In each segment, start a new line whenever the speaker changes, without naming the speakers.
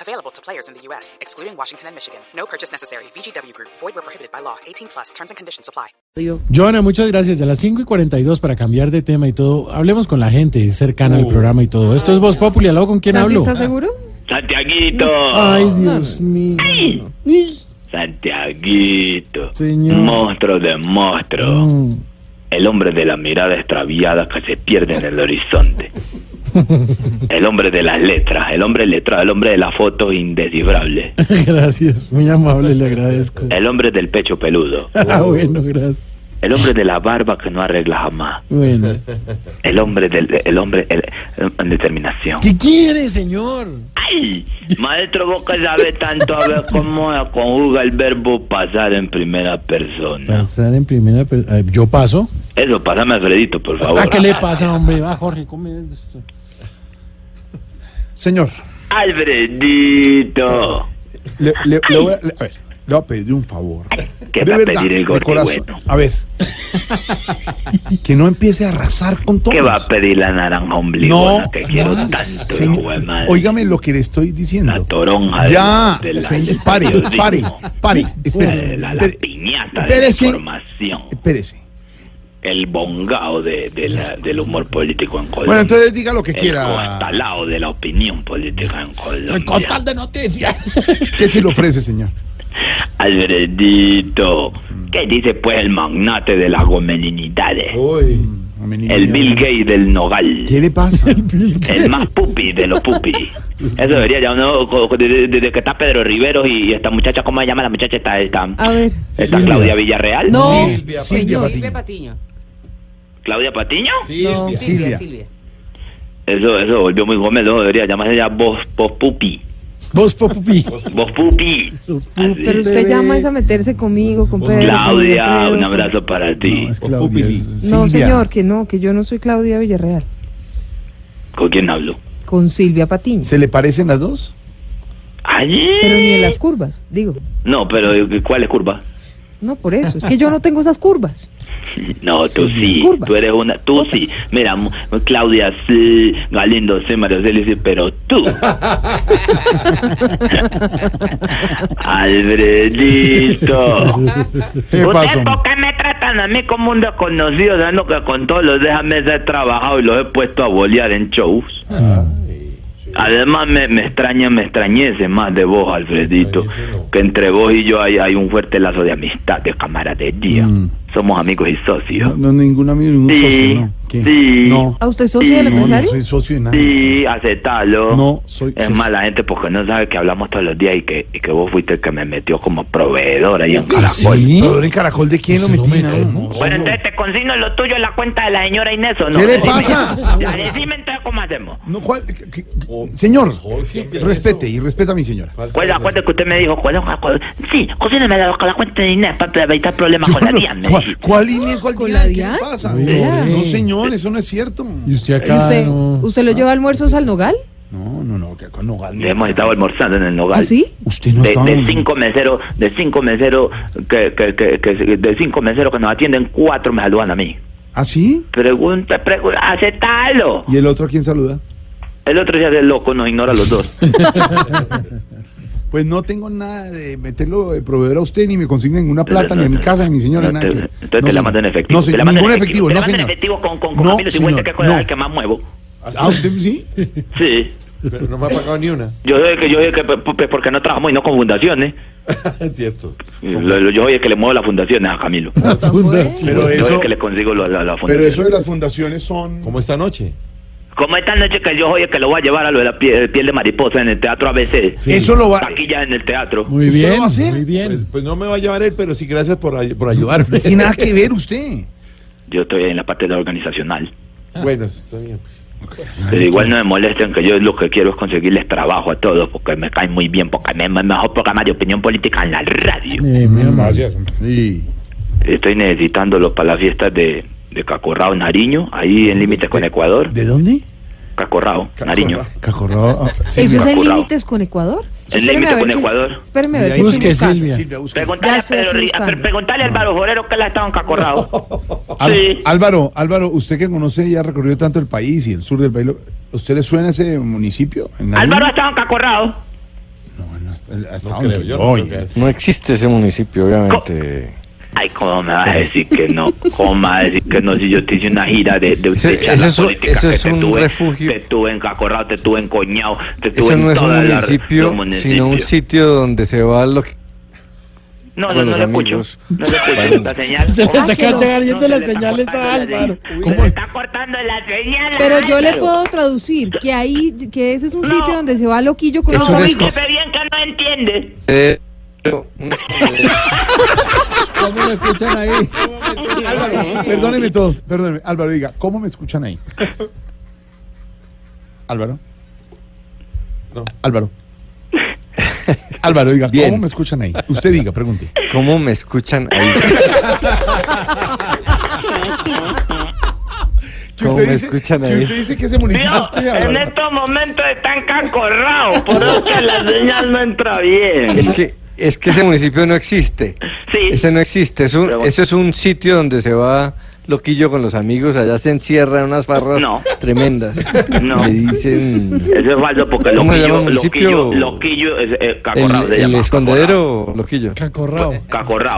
Available to players in the U.S., excluding Washington and Michigan. No purchase necessary. VGW Group, void were prohibited by law. 18 plus terms and conditions apply.
Joana, muchas gracias. A las 5 y 42 para cambiar de tema y todo, hablemos con la gente cercana
Uh.
al programa y todo. Esto es Voz Populi, ¿al lado con quién hablo?
¿Estás seguro?
Santiaguito.
Ay, Dios mío. Ay,
Santiaguito.
Señor.
Monstruo de monstruo.
mm,
El hombre de la mirada extraviada que se pierde en el horizonte. El hombre de las letras, el hombre letrado, el hombre de las fotos indescifrables,
Gracias, muy amable, le agradezco.
el hombre del pecho peludo,
Ah, bueno, gracias.
el hombre de la barba que no arregla jamás,
Bueno.
el hombre del el hombre el- en determinación.
¿Qué quiere, señor?
¡Ay! Maestro, vos que sabe tanto a ver cómo conjuga el verbo pasar en primera persona.
Pasar en primera per- ah, ¿Yo paso?
Eso, pásame a Fredito, por favor.
¿A qué Ah, le pasa, hombre? Va, Jorge, come esto. Señor.
Alfredito.
Le, le- le voy a, le- a ver, le voy a pedir un favor.
¿Qué va a pedir el
de corazón.
gordigüeño?
A ver. que no empiece a arrasar con todo.
¿Qué va a pedir la naranja
No,
ombligona que quiero
no,
tanto,
señor.
hijo de madre?
Óigame lo que le estoy diciendo.
La toronja
Ya,
del- del-
señor,
del
pare,
periodismo.
pare, pare. Espérese.
Eh, La, la
espere-
piñata
espérese,
de la información.
Espérese.
El bongao de, de la- del humor político en Colombia.
Bueno, entonces diga lo que
el
quiera.
costalao de la opinión política en Colombia.
Contar de noticias.
¿Qué se le ofrece, señor?
Alfredito. ¿Qué dice pues el magnate de las
Oh,
gomelinidades?
A mí ni
el
idea.
Bill Gates del Nogal.
Mm, ¿Qué le pasa?
El más pupi de los pupi. Eso debería ya uno, co- co- desde, desde que está Pedro Riveros y esta muchacha, ¿cómo se llama la muchacha? Está, está,
A ver.
está
Silvia.
Claudia Villarreal.
No,
Silvia, Silvia
señor.
Patiño.
¿Claudia Patiño?
No.
Silvia.
Eso, eso volvió muy gómez, ¿no? debería llamarse ya vos, vos pupi.
Voz Populi.
Vos pupi. Así.
Pero usted llama es a meterse conmigo, con Pedro. con
Claudia,
Alfredo,
un
con-
abrazo para ti.
No, es Claudia, es
No,
Silvia.
señor, que no, que yo no soy Claudia Villarreal.
¿Con quién hablo?
Con Silvia Patiño.
¿Se le parecen las dos?
Allí.
Pero ni en las curvas, digo.
No, pero ¿cuál es curva?
No, por eso. Es que yo no tengo esas curvas.
No, tú sí,
Curvas.
tú eres una, tú sí, mira, mu- Claudia sí, Galindo sí, Mario Celis sí, pero tú. Alfredito.
¿Qué pasó?
¿Ustedes por qué me tratan a mí como un desconocido, dando que con todos los déjame de trabajado y los he puesto a bolear en shows?
Ah.
Además me, me extraña, me extrañece más de vos, Alfredito, que entre vos y yo hay, hay un fuerte lazo de amistad, de camaradería.
Mm.
Somos amigos y socios.
No, no, ningún amigo, ningún
Sí,
socio, no. ¿Qué?
sí.
No,
¿A usted es socio del
Sí,
no, no
empresario?
soy socio de nada.
Sí, Em, aceptalo.
No, soy-
Es
soy-
mala gente porque no sabe que hablamos todos los días y que, y que vos fuiste el que me metió como proveedor ahí
Ah,
en Caracol.
¿Sí?
Pero en caracol de quién lo
Pues no me
metí? No,
cae,
no,
no.
¿Ah, Bueno,
no.
entonces te consigno lo tuyo en la cuenta de la señora Inés, ¿o no?
¿Qué le
Decime.
pasa? Oh,
Ya, decime entonces cómo hacemos.
No, ¿cuál? ¿Qué- qué- Señor, respete y respeta a mi señora.
¿Cuál es la cuenta que usted me dijo? ¿Cuál es la cuenta? Sí, cocíname la, con la cuenta de Inés para evitar problemas con la
No,
DIAN. me
¿Cuál,
dijiste.
cuál línea? ¿Cuál
¿Con
DIAN?
la
¿Qué le
DIAN?
pasa?
Vea.
No, señor, eso no es cierto.
¿Y usted
¿Y
acá?
usted,
no?
¿Usted lo lleva a almuerzos al nogal?
No, no, no, que con Nogal. no.
Hemos estado almorzando en el Nogal.
¿Ah, sí?
Usted no
de,
estaba.
de cinco meseros, de cinco meseros que, que, que, que- de cinco meseros que nos atienden, cuatro me saludan a mí.
¿Ah, sí?
Pregunta, pregunta, aceptalo.
¿Y el otro a quién saluda?
El otro ya de loco nos ignora a los dos.
Pues no tengo nada de meterlo de proveedor a usted, ni me consigue ninguna plata,
No,
ni a
no,
mi
no.
casa, ni a mi señora,
No,
nada.
te-
que ver.
eh, entonces te
No,
la
señor.
mando en efectivo.
No,
te la
señor,
mando en
ningún efectivo,
te
no,
la mando en
señor.
efectivo con, con, con
No,
Camilo 50, que es con
señor,
el
no.
que más muevo.
¿Ah, usted sí?
Sí.
Pero no me ha pagado ni una.
Yo soy el que, yo soy el que, pues, porque no trabajamos y no con fundaciones.
es cierto.
Lo- lo- Yo soy el que le muevo las fundaciones a Camilo.
Fundación.
Pero
yo soy el
eso,
que le consigo las las- las
pero
fundaciones.
eso de las fundaciones son. Como esta noche.
Como esta noche que yo soy el que lo voy a llevar a lo de la piel, piel de mariposa en el teatro ABC.
Eso lo va.
Taquilla en el teatro.
Muy
¿Usted lo
bien,
va a hacer?
muy
Pues,
bien.
pues no me va a llevar él, pero sí, gracias por, ay- por ayudarme.
No tiene nada que ver usted.
Yo estoy en la parte de la organizacional.
bueno, eso está bien. Pues.
Pero igual no me molesten que yo lo que quiero es conseguirles trabajo a todos porque me caen
Pues, mm.
muy bien, porque me es el mejor programa de opinión política en la radio.
Eh, mi amor.
Sí.
Estoy necesitándolo para las fiestas de, de Cacorrao, Nariño, ahí en límites con Ecuador.
¿De dónde?
Cacorrao, Nariño.
Cacorrao. ah, sí,
¿Eso es en
Currao.
límites con Ecuador?
En
Espéreme
límite
a ver
con
qué-
Ecuador.
Espéreme a ver. qué
mira,
estoy
Busque,
buscando.
Silvia.
Silvia, busca.
Preguntale
Ya
a
estoy
Pedro
aquí
Ri- a-
buscando.
preguntale al barujorero que la estaba en Cacorrao.
Al-
Sí.
Álvaro, Álvaro, usted que conoce y ha recorrido tanto el país y el sur del país, ¿lo- ¿usted le suena ese municipio? ¿En Nariño?
Álvaro estaba en Cacorrao.
No, no, hasta- hasta
No
donde
creo, yo
voy.
no creo que
No existe ese municipio, obviamente.
Ay, ¿cómo me vas a decir que no? ¿Cómo me vas a decir que no? Si yo te hice una gira de, de,
Ese-
de charlas
ese es un-
políticas
ese
que
es
te
un
tuve-
refugio.
Te tuve en Cacorrao, te tuve en Coñao, te tuve
Ese
en
no es un
todas las-
municipio,
los municipios.
sino un sitio donde se va lo que...
No, no,
con
no
los
le escucho.
amigos.
No le escucho la señal.
Se le
¿Cómo?
sacaste caliente
se le
las
está
señales a
cortando la
Álvaro.
señal. Se
¿Cómo?
le está cortando la señal. a
Pero yo le
Álvaro.
puedo traducir que ahí, que ese es un
No.
sitio donde se va loquillo con
Eso
los
No,
es-
viste,
amigos.
ve bien que no entiende.
Eh, unas-
¿Cómo me escuchan ahí? Álvaro, perdónenme todos, perdónenme. Álvaro, diga, ¿cómo me escuchan ahí? Álvaro.
No.
Álvaro. Álvaro, diga, ¿cómo
Bien.
me escuchan ahí? Usted diga, pregunte.
¿Cómo me escuchan ahí?
Que
¿Cómo
usted,
me
dice,
escuchan
que
ahí?
usted dice que ese municipio es
Dios,
que
en
Álvaro.
estos momentos están cacorrados, por eso que la señal no entra bien.
Es que, es que ese municipio no existe.
Sí.
Ese no existe. Es un,
Pero-
ese es un sitio donde se va loquillo con los amigos. Allá se encierran unas barras
No.
tremendas.
No.
Le dicen...
Eso es falso porque
¿Cómo se
Loquillo,
llama el municipio?
Loquillo, Loquillo es eh,
El,
Cacorrao. se
el
llama,
escondedero, loquillo.
Cacorrao.
Cacorrao.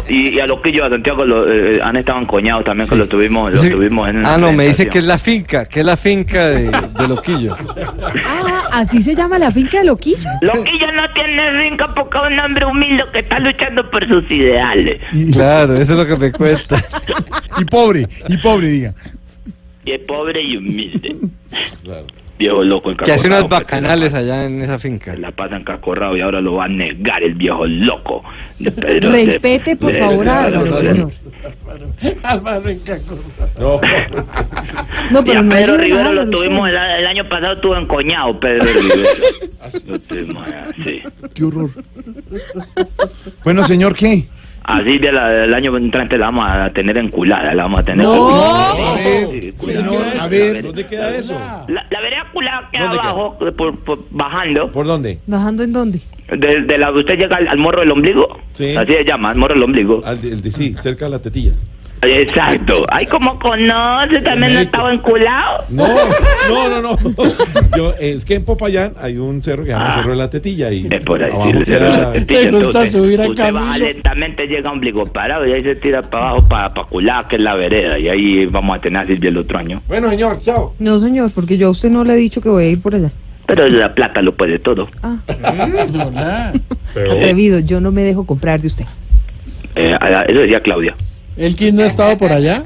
Cacorrao. Y, y a Loquillo, a Santiago, lo, eh, han estado encoñados también, que lo tuvimos, lo
Sí.
tuvimos en
ah, no, me dice que es
presentación.
la finca, que es la finca de, de Loquillo.
Ah, ¿así se llama la finca de loquillo?
Loquillo no tiene rinca porque es un hombre humilde que está luchando por sus ideales.
Claro, eso es lo que me cuesta.
Y pobre, y pobre, diga.
Y es pobre y humilde.
Claro.
Viejo loco el
Que hace
Cacorrao,
unos
pues, se la
bacanales allá en esa finca.
Se la pasan cacorrado y ahora lo va a negar el viejo loco. De Pedro- de-
Respete, por
de-
favor,
de-
a Álvaro,
de-
señor.
Álvaro en Cacorrao.
No,
No,
Y a
pero no
Pedro
ayuden a
Rivero lo
Álvaro,
tuvimos el,
ustedes.
el año pasado, estuvo encoñado Pedro Rivero. Lo tuvimos eh, así.
Qué horror. Bueno, señor, ¿qué?
Así de la- del año entrante la vamos a tener enculada, la vamos a tener.
No.
A ver,
Sí,
señor,
culada.
a ver.
¿dónde queda eso?
La, la vereda culada queda
¿Dónde queda?
abajo, por- por- bajando.
¿Por dónde?
¿Bajando en dónde?
De, de la usted llega al, al morro del ombligo.
Sí. Ah.
Así se llama, al morro del ombligo.
Al de, el de sí, cerca de la tetilla.
Exacto. Ay, como conoce, también no estaba enculado.
No, no, no, no. Yo, es que en Popayán hay un cerro que se llama
Ah.
Cerro de la Tetilla y
Es por ahí.
abajo
sí, le
queda-
cierra la tetilla,
Me gusta
entonces,
subir a
usted baja
Camilo.
lentamente, llega a ombligo parado y ahí se tira para abajo para Paculá, que es la vereda. Y ahí vamos a tener a Silvia el otro año.
Bueno, señor, chao.
No, señor, porque yo a usted no le he dicho que voy a ir por allá.
Pero la plata lo puede todo.
Ah. Atrevido, yo no me dejo comprar de usted.
Eh, a la- eso decía Claudia.
¿El King no ha estado por allá?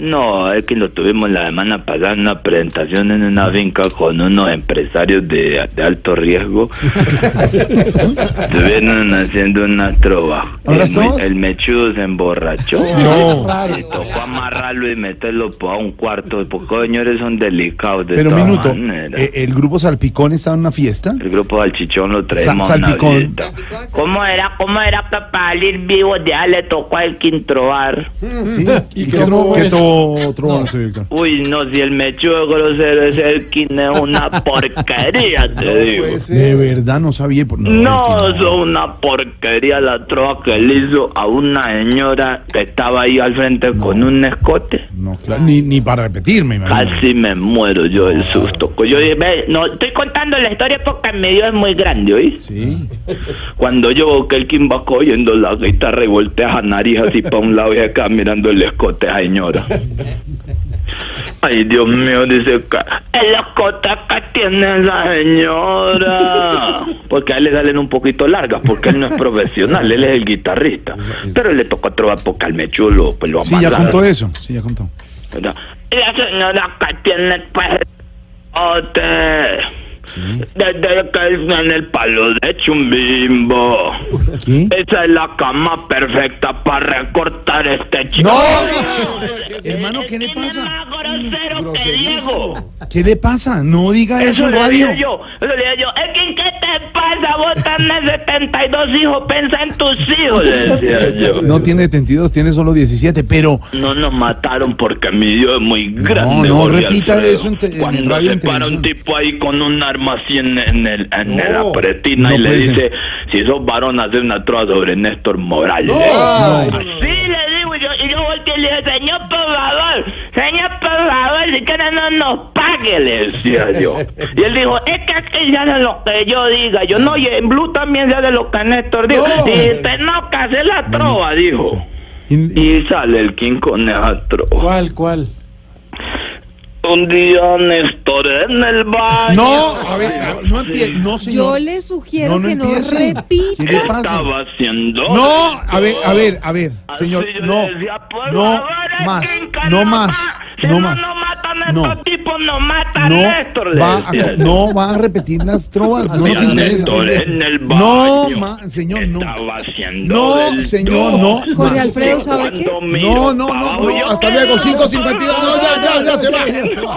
No, es que lo tuvimos la semana pasada en una presentación en una finca con unos empresarios de, de alto riesgo. Estuvieron haciendo una trova.
¿Ahora
El, me-
somos?
el mechudo se emborrachó.
No.
Y tocó amarrarlo y meterlo pues, a un cuarto. Porque los señores son delicados de
Pero
todas
minuto,
maneras.
eh, ¿el grupo Salpicón está en una fiesta?
el grupo del chichón lo traemos
Sa-
a una
salpicón.
fiesta. ¿Cómo era, ¿Cómo era que para salir vivo ya le tocó al quintrobar?
Sí.
¿Y
¿Y
qué
qué tro-
robó
qué
eso?
tro- tro- sí, Víctor?
Uy, no, si el mechudo grosero es el quien es una porquería, te digo.
puede ser.
De verdad no sabía. por-
No,
es que
eso es una porquería la trova que le hizo a una señora que estaba ahí al frente con un escote.
no, claro, ni, ni para repetir,
Ah,
me imagino.
Casi me muero yo del susto. Yo dije, "Ve, no, estoy contando la historia porque mi Dios es muy grande, ¿oís?
Sí.
Cuando yo veo que el Kimbaco oyendo la guitarra y voltea a nariz así para un lado y acá mirando el escote, ay, señora. Ay, Dios mío, dice que el escote que tiene la señora. Porque a él le salen un poquito largas, porque él no es profesional, él es el guitarrista. Pero le tocó trobar porque al mechulo pues lo
Sí, ya
amarraron.
contó eso. Sí, ya contó.
La señora que tiene pues, ote. Desde que está en el palo de chumbimbo.
¿Qué?
Esa es la cama perfecta para recortar este chico.
Hermano, ¿qué le
Tiene
pasa?
más grosero que Diego.
¿Qué le pasa? No diga eso
Eso
en
le
radio.
digo yo. Eso le digo yo. Es que, ¿qué te pasa? Vos tenés 72 hijos. Pensa en tus hijos. le decía yo.
No tiene 72, tiene solo 17, pero
No nos mataron porque mi Dios es muy grande.
no,
Jorge
repita
Alfredo.
eso en te- en el
Cuando
radio,
se
en
para un
televisión.
tipo ahí con un arma así en, en el, en
No,
la pretina
no
y le
puede ser.
dice: Si sos varón, hace una trova sobre Néstor Morales. Sí, le digo yo, y yo volteé y le dije, señor, por favor, señor, por favor, si quiere no nos pague, le decía yo. Y él dijo, es que aquí ya de lo que yo diga, yo no, y en Blue también ya de lo que Néstor dijo,
No.
y usted no case la trova, dijo.
in-
Y sale el King con esa trova.
¿Cuál, cuál?
Un día Néstor en el baño.
no, a ver, no empie- no
Yo
señor.
le sugiero
No, no
que no
empiece. ¿Qué
repita.
le pasa?
Estaba haciendo.
No, a ver, a ver, a ver,
Así
señor,
Ah, yo
no,
le decía, por
no
favor, el
más,
King con
no
la
más,
ma- si
no más,
No, matan a
no.
estos tipos, no matan
no
a Néstor. le
va
decía
a,
yo.
no va a repetir las trovas, no nos
Mira,
interesa.
Néstor, eh, en el
No,
baño.
ma- señor, no.
Estaba haciendo
No,
del
señor, no.
todo.
Jorge
más.
Alfredo, ¿sabe qué?
Cuando miro
No, no,
para
no,
abajo,
no,
yo
hasta
quedé
luego,
loco.
5.52, no, ya, ya, ya, se va.